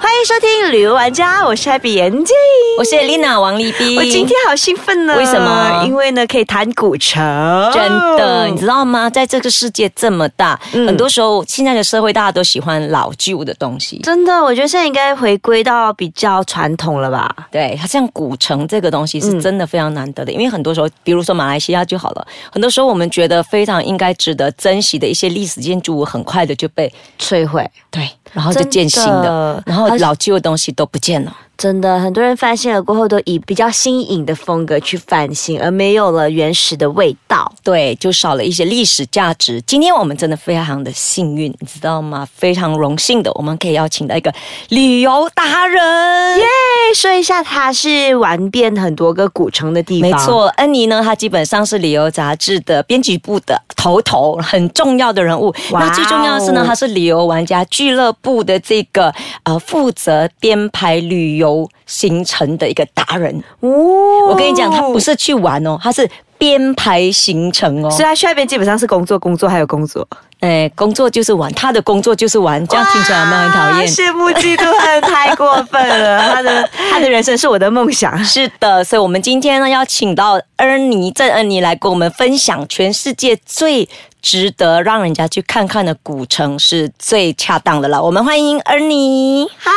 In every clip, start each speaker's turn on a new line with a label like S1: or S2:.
S1: 欢迎收听旅游玩家，我是 Happy 眼镜。
S2: 我是 Lina 王立斌。
S1: 我今天好兴奋呢，
S2: 为什么
S1: 因为呢，可以谈古城，哦
S2: 真的，你知道吗？在这个世界这么大，
S1: 嗯
S2: 很多时候现在的社会大家都喜欢老旧的东西。
S1: 真的，我觉得现在应该回归到比较传统了吧？
S2: 对，它像古城这个东西
S1: 嗯
S2: 是真的非常难得的，因为很多时候，比如说马来西亚就好了，很多时候我们觉得非常应该值得珍惜的一些历史建筑物，很快的就被
S1: 摧毁，
S2: 对，然后就建新
S1: 真
S2: 的
S1: 的，
S2: 然后
S1: 而且
S2: 老旧的东西都不见了。
S1: 真的，很多人翻新了过后，都以比较新颖的风格去翻新，而没有了原始的味道。
S2: 对，就少了一些历史价值。今天我们真的非常的幸运，你知道吗？非常荣幸的，我们可以邀请到一个旅游达人。
S1: 哎，说一下，它是玩遍很多个古城的地方，
S2: 没，错，恩妮呢，她基本上是旅游杂志的编辑部的头头，很重要的人物。
S1: 哇哦
S2: 那最重要的是呢，她是旅游玩家俱乐部的这个呃负责编排旅游行程的一个达人。
S1: 哦，
S2: 我跟你讲，她不，是去玩哦，她是编排行程哦。
S1: 所以他去那边基本上是工作，工作还有工作。
S2: 哎，工作就是玩，她的工作就是玩，这样啊听起来蛮讨厌
S1: 哇。啊羡慕嫉妒恨太过分了。他的他的人生是我的梦想。
S2: 是的，所以我们今天呢，要请到恩妮郑恩妮来跟我们分享全世界最值得让人家去看看的古城是最恰当的了。我们欢迎恩妮。
S1: 嗨，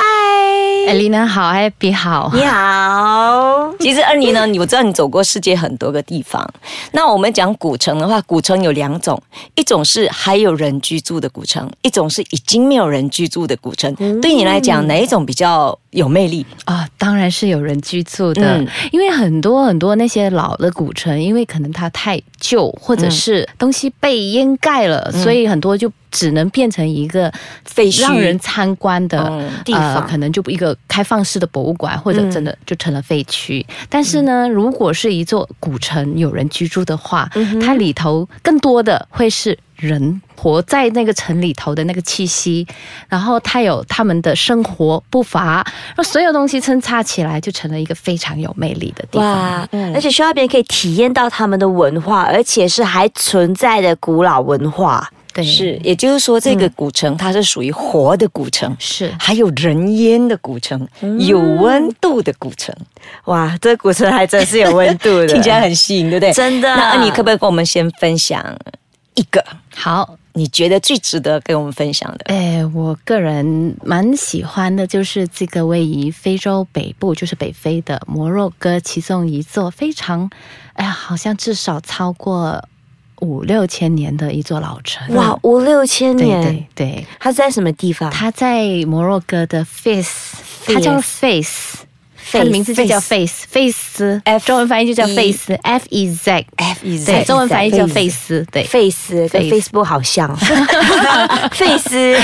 S3: Elena 好，Happy 好。
S1: 你好。
S2: 其实恩妮呢，你我知道你走过世界很多个地方。那我们讲古城的话，古城有两种，一种是还有人居住的古城，一种是已经没有人居住的古城。对你来讲，哪一种比较有魅力？
S3: 啊、当然是有人居住的，
S2: 嗯
S3: 因为很多很多那些老的古城，因为可能它太旧，或者
S2: 嗯
S3: 是东西被掩盖了，所以很多就只能变成一个
S2: 废墟
S3: 让人参观的、呃
S2: 嗯
S1: 地方
S3: 可能就一个开放式的博物馆，或者真的就成了废墟。但是
S2: 嗯
S3: 呢，如果是一座古城有人居住的话，它里头更多的会是。人活在那个城里头的那个气息，然后它有他们的生活步伐，那所有东西掺插起来，就成了一个非常有魅力的地方。嗯
S2: 哇，
S1: 而且去那边可以体验到他们的文化，而且是还存在的古老文化。
S3: 对，嗯
S2: 是，也就是说，这个古城它是属于活的古城，
S3: 是
S2: 还有人烟的古城，
S3: 嗯
S2: 有温度的古城，
S1: 哇，这古城还真是有温度的，
S2: 听起来很吸引，对不对？
S1: 真的。
S2: 那你可不可以跟我们先分享一个
S3: 好。
S2: 你觉得最值得跟我们分享 的？
S3: 哎，我个人蛮喜欢的，就是这个位于非洲北部，就是北非的摩洛哥，其中一座非常，哎呀，好像至少超过五六千年的一座老城。
S2: 嗯
S1: 哇，五六千
S3: 对
S1: 年，
S3: 对对，
S1: 它是在什么地方？
S3: 它在摩洛哥的 Face，它叫 Face，它的名字就叫 Face，费斯
S2: F，
S3: 中文翻译就叫
S2: E
S3: 费斯，F E Z。
S2: F E
S3: 对，中文翻译叫费
S2: 非
S3: 斯，对，
S1: Face 跟
S3: Face
S1: Facebook 好 像 哦，Face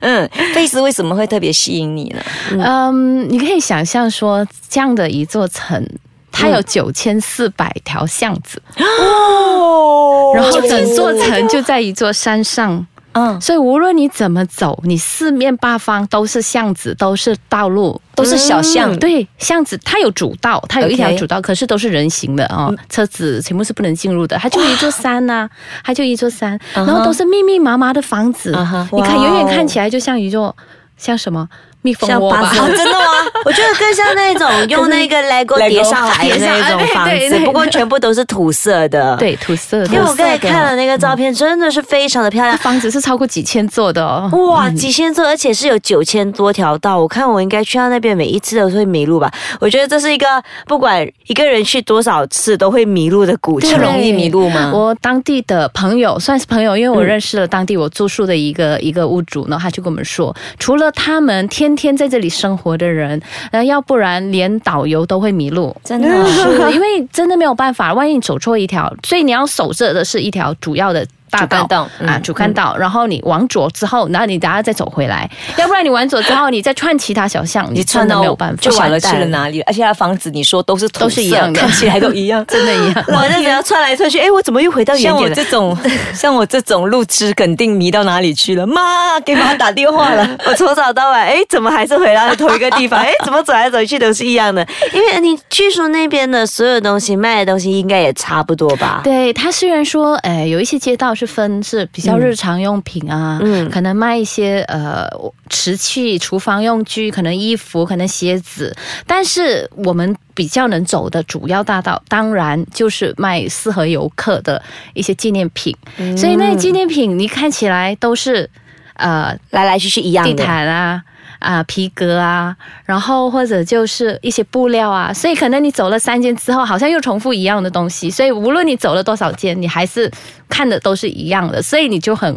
S2: 嗯，Face 为什么会特别吸引你呢？
S3: 嗯，你可以想象说，这样的一座城，它有九千四百条巷子，
S1: 哦
S3: 然后整座城就在一座山上，
S2: 嗯，
S3: 所以无论你怎么走，你四面八方都是巷子，都是道路。嗯
S2: 都是小巷，
S3: 对，巷子它有主道，它有一条
S2: OK 嗯
S3: 主道可是都是人行的哦，车子全部是不能进入的。它就一座山呐、它就一座山，然后都是密密麻麻的房子
S2: 嗯哼
S3: 你看
S1: 哇哦
S3: 远远看起来就像一座像什么蜜蜂
S1: 像
S3: 窝吧
S1: 巴，哦，真的吗？我觉得更像那种用那个 LEGO 叠上来的那种房
S3: 对对
S1: 子，
S3: 对
S1: 不过全部都是土色的。，
S3: 对，土色
S1: 啊因为
S3: 的。
S1: 我刚才看了那个照片，真的是非常的漂亮。
S3: 房子是超过几千座的哦。
S1: 哇，几千座，而且是有九千多条道。我看我应该去到那边，每一次都会迷路吧。我觉得这是一个不管一个人去多少次都会迷路的古
S2: 不
S1: 城。
S2: 容易迷路吗？
S3: 我当地的朋友算是朋友，因为我认识了当地我住宿的一个、一个屋主，然后他就跟我们说，除了他们天天在这里生活的人，呃，要不然连导游都会迷路。
S2: 真的哦
S3: 是因为真的没有办法，万一你走错一条，所以你要守着的是一条主要的大道
S2: 主干道嗯
S3: 啊，主干道，然后你往左之后，然后你等下再走回来，要不然你往左之后，你再串其他小巷，
S2: 你
S3: 真
S2: 穿
S3: 的
S2: 到
S3: 没有办法，
S2: 就完了，去
S3: 完蛋
S2: 了哪里了？而且他房子你说都是土色
S3: 都是一样的。
S2: 看起来都一样
S3: 真的一样。
S1: 我这只要窜来窜去，哎，我怎么又回到原
S2: 像我
S1: 点了
S2: 这？ 种，像我这种路痴，肯定迷到哪里去了。 妈，给妈打电话了。
S1: 我从早到晚，哎，怎么还是回到同一个地 方？哎，怎么走来走去都是一样的？因为你去说那边的所有东西卖的东西应该也差不多吧？
S3: 对它虽然说，呃，有一些街道是分是比较日常用品啊，
S1: 嗯
S3: 可能卖一些呃瓷器、厨房用具，可能衣服，可能鞋子，但是我们比较能走的主要大道，当然就是卖适合游客的一些纪念品，所以那些纪念品你看起来都是呃
S1: 来来去去一样
S3: 地
S1: 的。
S3: 毯啊。啊，皮革啊，然后或者就是一些布料啊，所以可能你走了三间之后，好像又重复一样的东西，所以无论你走了多少间，你还是看的都是一样的，所以你就很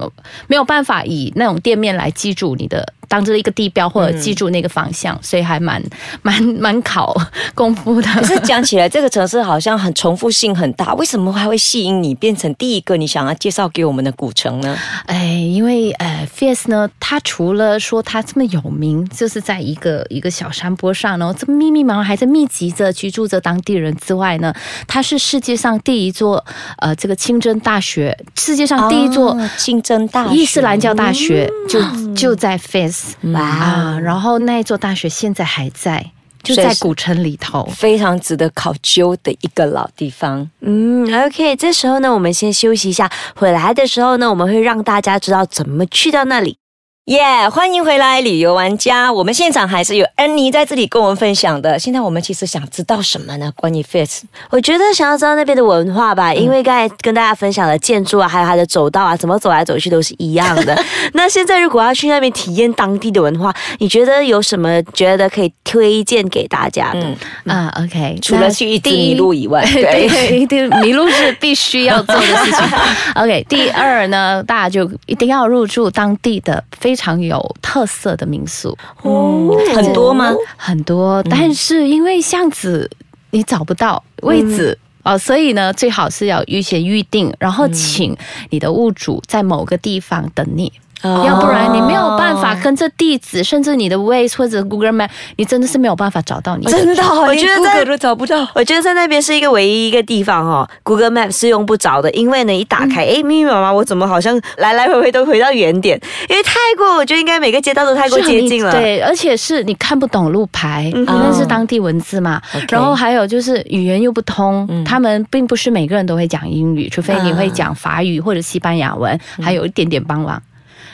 S3: 没有办法以那种店面来记住你的当这一个地标或者记住那个方向，所以还蛮蛮蛮考功夫的。
S2: 可是讲起来，这个城市好像很重复性很大，为什么还会吸引你变成第一个你想要介绍给我们的古城呢？
S3: 哎，因为呃，Fierce 呢，它除了说它这么有名，就是在一个一个小山坡上，然后这么密密麻麻还在密集着居住着当地人之外呢，它是世界上第一座呃这个清真大学，世界啊上第一座
S2: 哦清真大学嗯
S3: 伊斯兰教大学，就就在 Fierce
S1: 哇
S2: 哦
S3: 啊，然后那一座大学现在还在，就
S2: 所以
S3: 在
S2: 是
S3: 古城里头。
S2: 非常值得考究的一个老地方。
S1: 嗯，OK，这时候呢，我们先休息一下。回来的时候呢，我们会让大家知道怎么去到那里。
S2: 耶欢迎回来，旅游玩家。我们现场还是有安妮在这里跟我们分享的。现在我们其实想知道什么呢？关于 Fitz，
S1: 我觉得想要知道那边的文化吧，
S3: 嗯
S1: 因为刚才跟大家分享的建筑啊，还有它的走道啊，怎么走来走去都是一样 的。那现在如果要去那边体验当地的文化，你觉得有什么觉得可以推荐给大家的？
S2: 嗯，
S3: 啊，OK，
S2: 除了去一只麋鹿以外，
S3: 对，对，一定迷路是必须要做的事 情。OK，第二呢，大家就一定要入住当地的非常有特色的民宿，
S1: 哦，
S2: 很多吗？
S3: 很多，但是因为巷子你找不到位置。
S2: 嗯
S3: 哦，所以呢，最好是要预先预定，然后请你的屋主在某个地方等你，
S2: 哦
S3: 要不然你没有办法跟着地址，甚至你的 Waze 或者 Google Map，你真的是没有办法找到你。
S2: 真的，
S1: 我
S2: 连
S1: 觉得
S2: Google
S1: 在
S2: 都找不到。
S1: 我觉得在那边是一个唯一一个地方哦，Google Map 是用不着的，因为呢，一打开，
S3: 嗯
S1: 诶，密密麻麻，我怎么好像来来回回都回到原点？因为泰国，我觉得应该每个街道都太过
S3: 是很啊
S1: 接近了。，
S3: 对，而且是你看不懂路牌，
S1: 嗯
S3: 你
S1: 哼
S3: 认识当地文字嘛，
S2: OK
S3: 然后还有就是语言又不通，
S1: 嗯
S3: 他们并不是每个人都会讲英语，除非你会
S1: 啊
S3: 讲法语或者西班牙文，还有一点点帮忙。
S1: 嗯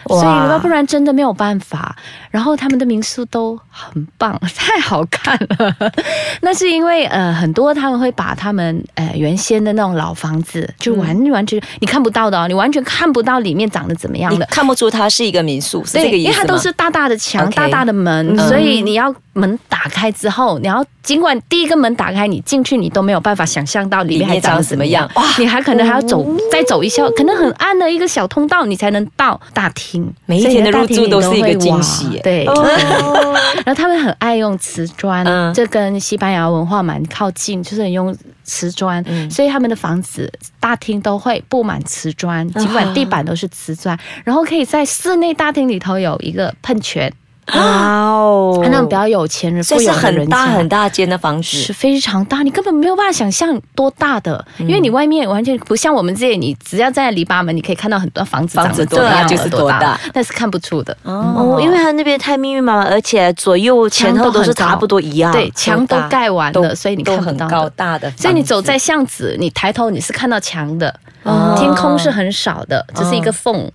S1: 哇
S3: 所以要不然真的没有办法。然后他们的民宿都很棒， 太好看了。那是因为呃，很多他们会把他们呃原先的那种老房子，
S1: 嗯
S3: 就完完全、你看不到的、哦，你完全看不到里面长得怎么样
S2: 你
S3: 的。
S2: 看不出它是一个民宿，是
S3: 对，
S2: 这个意
S3: 因
S2: 思
S3: 为
S2: 吗？
S3: 它都是大大的墙、
S2: OK
S3: 大大的门，
S2: 嗯
S3: 所以你要门打开之后，你要尽管第一个门打开，你进去你都没有办法想象到里
S2: 里
S3: 面还
S2: 面
S3: 长
S2: 长
S3: 得
S2: 什
S3: 怎
S2: 么
S3: 么
S2: 样
S3: 样，
S2: 哇哦
S3: 你还可能还要走、再走一下，可能很暗的一个小通道，你才能到大厅。
S2: 每一天的入住都是一个惊喜哦
S3: 所以你的大厅你都会哇对。然后他们很爱用瓷砖，
S2: 嗯
S3: 这跟西班牙文化蛮靠近，就是很用瓷砖，
S2: 嗯
S3: 所以他们的房子大厅都会布满瓷砖，尽
S2: 啊
S3: 管地板都是瓷砖，然后可以在室内大厅里头有一个喷泉，啊
S1: 哇哦，
S3: 那种比较有钱人、
S2: 所
S3: 富
S2: 以是
S3: 有的
S2: 很
S3: 人
S2: 大
S3: 家
S2: 很大间的房
S3: 是
S2: 子，
S3: 非常大，你根本没有办法想象多大的，因为你
S2: 嗯
S3: 外面完全不像我们这里，你只要在篱笆门，你可以看到很多房子
S2: 房
S3: 长
S2: 子
S3: 得
S2: 多
S3: 多
S2: 大
S3: 样
S2: 就是
S3: 了
S2: 多
S3: 多
S2: 大
S3: 大，但是看不出的。嗯
S1: 哦，因为它那边太密密麻麻，而且左右前后都是差不多一样。
S3: 对，墙都
S2: 啊大
S3: 盖完
S2: 都
S3: 了，所以你
S2: 都
S3: 看不
S2: 很
S3: 到
S2: 高
S3: 的。
S2: 大的房子，
S3: 所以你走在巷子，你抬头你是看到墙的，
S2: 哦
S3: 天空是很少的，只是一个缝。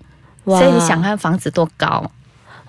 S1: 哇
S3: 所以你想看房子多高？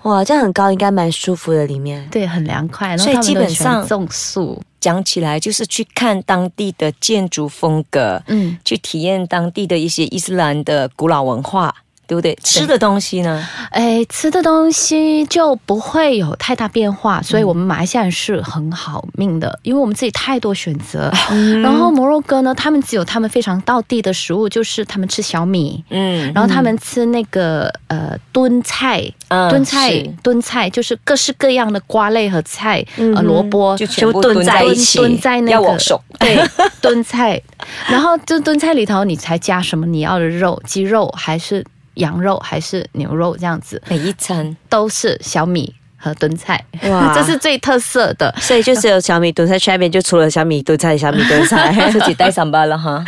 S1: 哇，这样很高，应该蛮舒服的里面。
S3: 对，很凉快。然后
S2: 所以
S3: 他们都
S2: 基本上
S3: 喜欢种树，
S2: 讲起来就是去看当地的建筑风格，
S3: 嗯，
S2: 去体验当地的一些伊斯兰的古老文化。对不对？吃的东西呢？
S3: 哎，吃的东西就不会有太大变
S2: 嗯
S3: 化，所以我们马来西亚人是很好命的，因为我们自己太多选择。
S2: 嗯
S3: 然后摩洛哥呢，他们只有他们非常道地的食物，就是他们吃小米，
S2: 嗯，
S3: 然后他们吃那个呃炖菜，
S2: 嗯
S3: 炖菜
S2: 是嗯
S3: 炖菜就是各式各样的瓜类和菜，呃萝卜
S2: 就全部炖在
S1: 在
S2: 一
S3: 蹲
S2: 起，
S3: 蹲在那
S2: 要
S3: 个
S2: 往手。
S3: 对炖菜，然后这炖菜里头你才加什么你要的肉，鸡肉还是羊肉还是牛肉这样子，
S2: 每一餐
S3: 都是小米和炖菜，
S1: 哇
S3: 这是最特色的。
S1: 所以就只有小米炖菜去那边，就除了小米炖菜、小米炖 菜，
S2: 自己带上班了 哈，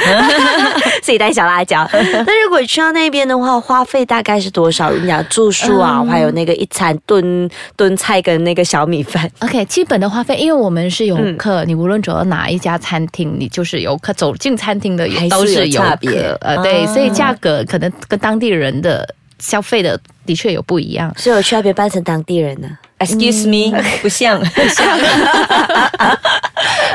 S1: 自己带小辣椒。那如果去到那边的话，花费大概是多少？你讲住宿啊，还有那个一餐炖炖菜跟那个小米饭，
S3: OK，基本的花费，因为我们是游
S2: 嗯
S3: 客，你无论走到哪一家餐厅，你就是游客，走进餐厅的
S2: 还
S3: 也
S2: 是
S3: 都是
S2: 有
S3: 游
S2: 差别
S3: 客，呃，对，
S2: 啊
S3: 所以价格可能跟当地人的消费的的确有不一样。
S1: 所以我去那边扮成当地人呢。
S2: Excuse me，、不像，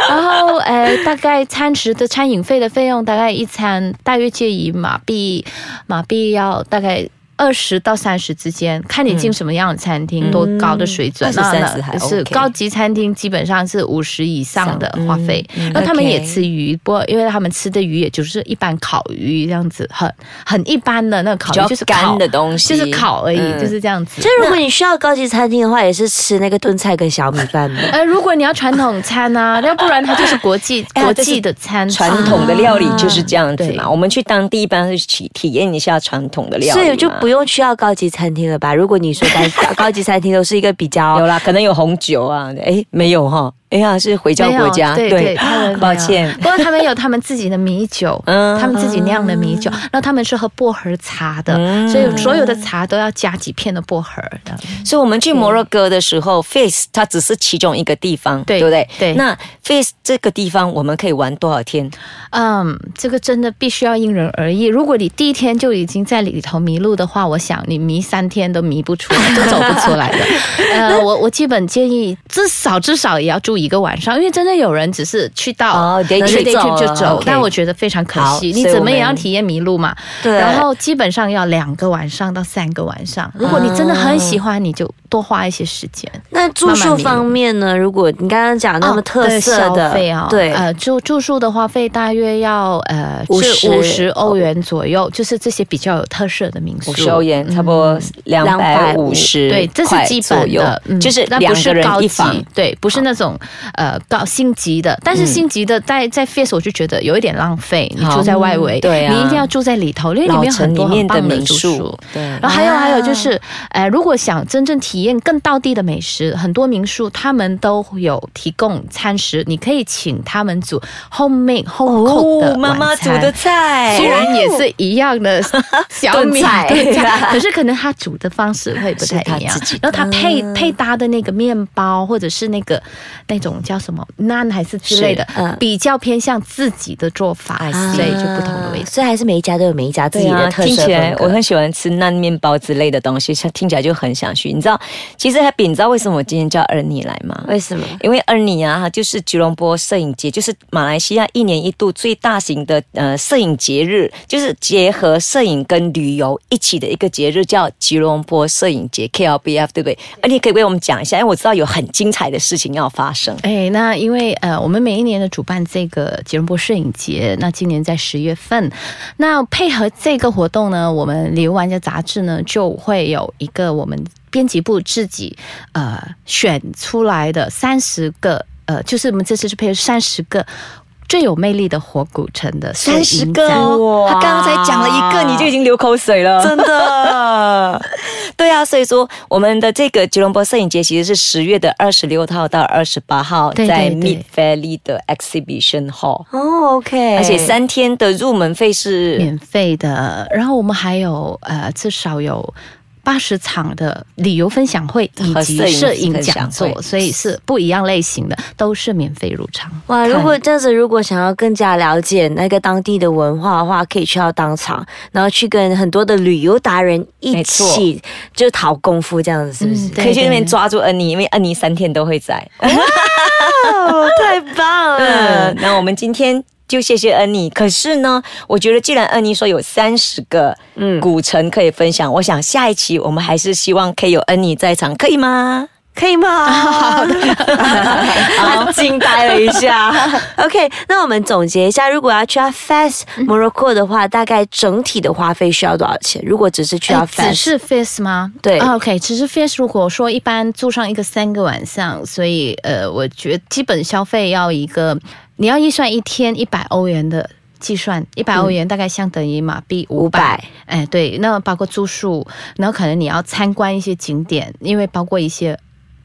S3: 然后，呃，大概餐食的餐饮费的费用，大概一餐大约介于马币，马币要大概。二十到三十之间，看你进什么样的餐厅，多高的水准。
S2: 20
S3: 那
S2: 30还嗯
S3: 是
S2: OK
S3: 高级餐厅，基本上是五十以上的花费。
S2: 嗯嗯
S3: 那他们
S2: OK
S3: 也吃鱼，不过因为他们吃的鱼也就是一般烤鱼这样子，很很一般的那个烤
S2: 比较
S3: 鱼，就是
S2: 干
S3: 烤
S2: 的东西
S3: 就是烤而已，
S2: 嗯
S3: 就是这样子。
S1: 所以如果你去到高级餐厅的话，也是吃那个炖菜跟小米饭吗？
S3: 呃，如果你要传统餐啊，要不然它就是国际、
S2: 哎呀
S3: 国
S2: 这是
S3: 际的餐，
S2: 传统的料理就是这样子嘛。
S3: 啊对
S2: 我们去当地一般是体体验一下传统的料理
S1: 所
S2: 嘛，
S1: 以就不用去到高级餐厅了吧？如果你说高 高级餐厅都是一个比较
S2: 有。啦，可能有红酒啊，诶，没有哈，哎呀，是回教
S3: 没有
S2: 国家，
S3: 对对，他们没有
S2: 抱歉
S3: 不过他们有他们自己的米酒，
S2: 嗯
S3: 他们自己酿的米酒，然后他们是喝薄荷茶的，
S2: 嗯
S3: 所以所有的茶都要加几片的薄荷这样
S2: 所以我们去摩洛哥的时候，Face 它只是其中一个地方，
S3: 对
S2: 不对？
S3: 对
S2: 那 Face 这个地方我们可以玩多少天？
S3: 嗯，这个真的必须要因人而异。如果你第一天就已经在里头迷路的话，我想你迷三天都迷不出来，都走不出 来的。呃，我我基本建议至少至少也要住一个晚上，因为真的有人只是去到
S2: 哦，day
S3: 那
S2: trip
S3: day
S2: 走
S3: trip 就
S2: 了
S3: 走
S2: OK，
S3: 但我觉得非常可
S2: 好
S3: 惜。
S2: 所以
S3: 你
S2: 我
S3: 怎么也要
S2: 们
S3: 体验迷路嘛？
S1: 对
S3: 然后基本上要两个晚上到三个晚
S2: 哦
S3: 上。如果你真的很喜欢，你就多花一些时间。
S1: 那住宿
S3: 慢慢地
S1: 方面呢？如果你刚刚讲那么特色
S3: 哦对消
S1: 的，
S3: 费啊，
S1: 对，
S3: 呃，住住宿的花费大约要呃
S1: 50
S3: 五十欧元左右，就是这些比较有特色的民宿，
S2: 五十欧元，差不
S3: 嗯
S2: 多两百五十，
S3: 对，这是基本的，嗯
S2: 就是
S3: 那
S2: 两
S3: 不
S2: 个
S3: 是
S2: 人
S3: 高
S2: 一
S3: 级
S2: 房。，嗯
S3: 对，不是那种呃高星级的，但是星级的在在 Face 我就觉得有一点浪费，你
S2: 好
S3: 住在外围，
S2: 嗯对啊
S3: 你一定要住在里头，因为里
S2: 老
S3: 面有
S2: 城
S3: 很
S2: 里
S3: 多很
S2: 面的
S3: 棒的
S2: 民
S3: 住
S2: 宿
S3: 宿。，
S2: 对
S3: 然后还有还有就是，呃，如果想真正体验更道地的美食，很多民宿他们都有提供餐食，你可以请他们煮 homemade home cook 的、
S2: 哦妈妈煮的。菜，
S3: 虽然也是一样 的小米
S1: 炖菜
S3: 炖菜，可是可能他煮的方式会不太一
S2: 是他
S3: 样
S2: 自己。
S3: 然后他配配搭的那个面包，或者是那个那种叫什么 nan 还是之类的
S1: 是嗯，
S3: 比较偏向自己的做法，所以就不同的味道。
S1: 所以还是每一家都有每一家自己
S2: 对
S1: 的
S2: 啊，
S1: 特色
S2: 听起来
S1: 风格
S2: 我很喜欢吃烂面包之类的东西，像听起来就很想去。你知道，其实 Happy，你知道为什么我今天叫二妮来吗？
S1: 为什么？
S2: 因为恩尼啊，它就是吉隆坡摄影节，就是马来西亚一年一度最大型的呃摄影节日，就是结合摄影跟旅游一起的一个节日，叫吉隆坡摄影节 （KLBF），对不对？而你可以为我们讲一下，因为我知道有很精彩的事情要发生。
S3: 哎，那因为呃，我们每一年的主办这个吉隆坡摄影节，那今年在十月份，那配合这个活动呢，我们《旅游玩家》杂志呢就会有一个我们编辑部自己呃选出来的三十个呃，就是我们这次是配合三十个。最有魅力的火古城的摄影
S2: 三十个
S3: 展
S2: 哦，他刚刚才讲了一个，你就已经流口水了，真的。 对啊，所以说我们的这个吉隆坡摄影节其实是十月的二十六号到二十八号，
S3: 对对
S2: 在
S3: 对
S2: Mid Valley 的 Exhibition Hall。
S1: 哦，OK，
S2: 而且三天的入门费是
S3: 免费的，然后我们还有呃至少有。八十场的旅游分享会以
S2: 和
S3: 及
S2: 摄影
S3: 摄影
S2: 分享
S3: 讲座
S2: 会，
S3: 所以是不一样类型的，都是免费入场。
S1: 哇，如果这样子，如果想要更加了解那个当地的文化的话，可以去到当场，然后去跟很多的旅游达人一
S2: 没错
S1: 起就讨功夫，这样子是不是？
S3: 嗯对
S2: 可以去那边抓住恩妮，因为恩妮三天都会在。
S1: 哦，太棒了！
S2: 嗯嗯，那我们今天就谢谢恩妮。可是呢，我觉得既然恩妮说有三十个
S1: 嗯
S2: 古城可以分享，我想下一期我们还是希望可以有恩妮在场，可以吗？
S1: 可以吗？他惊呆了一下。OK，那我们总结一下，如果要去到 Fest Morocco 的话，大概整体的花费需要多少钱？如果只是去到
S3: 哎只
S1: Fest，
S3: 是 face 吗？
S1: 对
S3: 啊，OK，只是 face。如果说一般住上一个三个晚上，所以呃，我觉得基本消费要一个，你要预算一天一百欧元的。计算一百欧元大概相等于马币五
S1: 500
S3: 百，哎，对，那包括住宿，然后可能你要参观一些景点，因为包括一些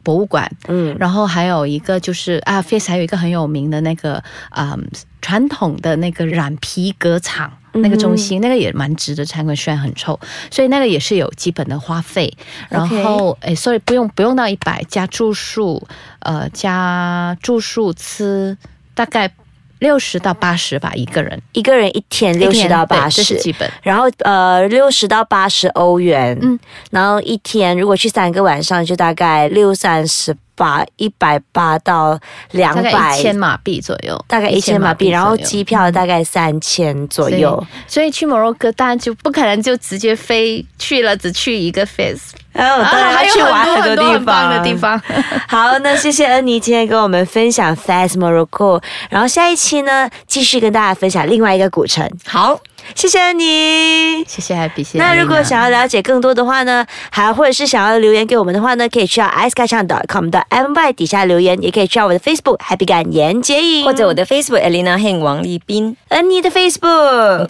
S3: 博物馆，
S1: 嗯，
S3: 然后还有一个就是啊，Face 还有一个很有名的那个啊、嗯传统的那个染皮革厂。那个中心，那个也蛮值得参观，虽然很臭，所以那个也是有基本的花费。然后，哎，所以不用不用到一百，加住宿，呃，加住宿吃，大概六十到八十吧，一个人，
S1: 一个人一天六
S3: 一
S1: 十
S3: 天
S1: 到
S3: 对
S1: 八
S3: 这是基
S1: 十。
S3: 本。
S1: 然后呃，六十到八十欧元，嗯
S3: 嗯，
S1: 然后一天如果去三个晚上，就大概六三十八，一百八到两
S3: 大概
S1: 百
S3: 一，千马币左右，
S1: 大概一千马币，然后
S3: 左右
S1: 机票大概三千左右。
S3: 所以。所以去摩洛哥，当然就不可能就直接飞去了，只去一个 face，
S1: 哦，当然
S3: 嗯啊还
S1: 要
S3: 有
S1: 去玩很
S3: 很
S1: 多
S3: 多
S1: 地
S3: 很棒
S1: 方
S3: 的地。方。
S1: 好，那谢谢恩妮今天跟我们分享 Fast Morocco，然后下一期呢继续跟大家分享另外一个古城。
S2: 好，
S1: 谢谢恩妮。
S3: 谢谢 Happy，谢谢
S1: 那如果
S3: Lina
S1: 想要了解更多的话呢，还或者是想要留言给我们的话呢，可以去到 i c e k a c h a n g c o m 的 M Y 底下留言，也可以去到我的 Facebook Happy 感言接影，
S2: 或者我的 Facebook Elena h e n 王立斌，
S1: 恩妮的
S2: 你
S1: Facebook。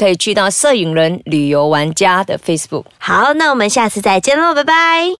S2: 可以去到摄影人旅游玩家的 Facebook。
S1: 好，那我们下次再见喽，拜拜。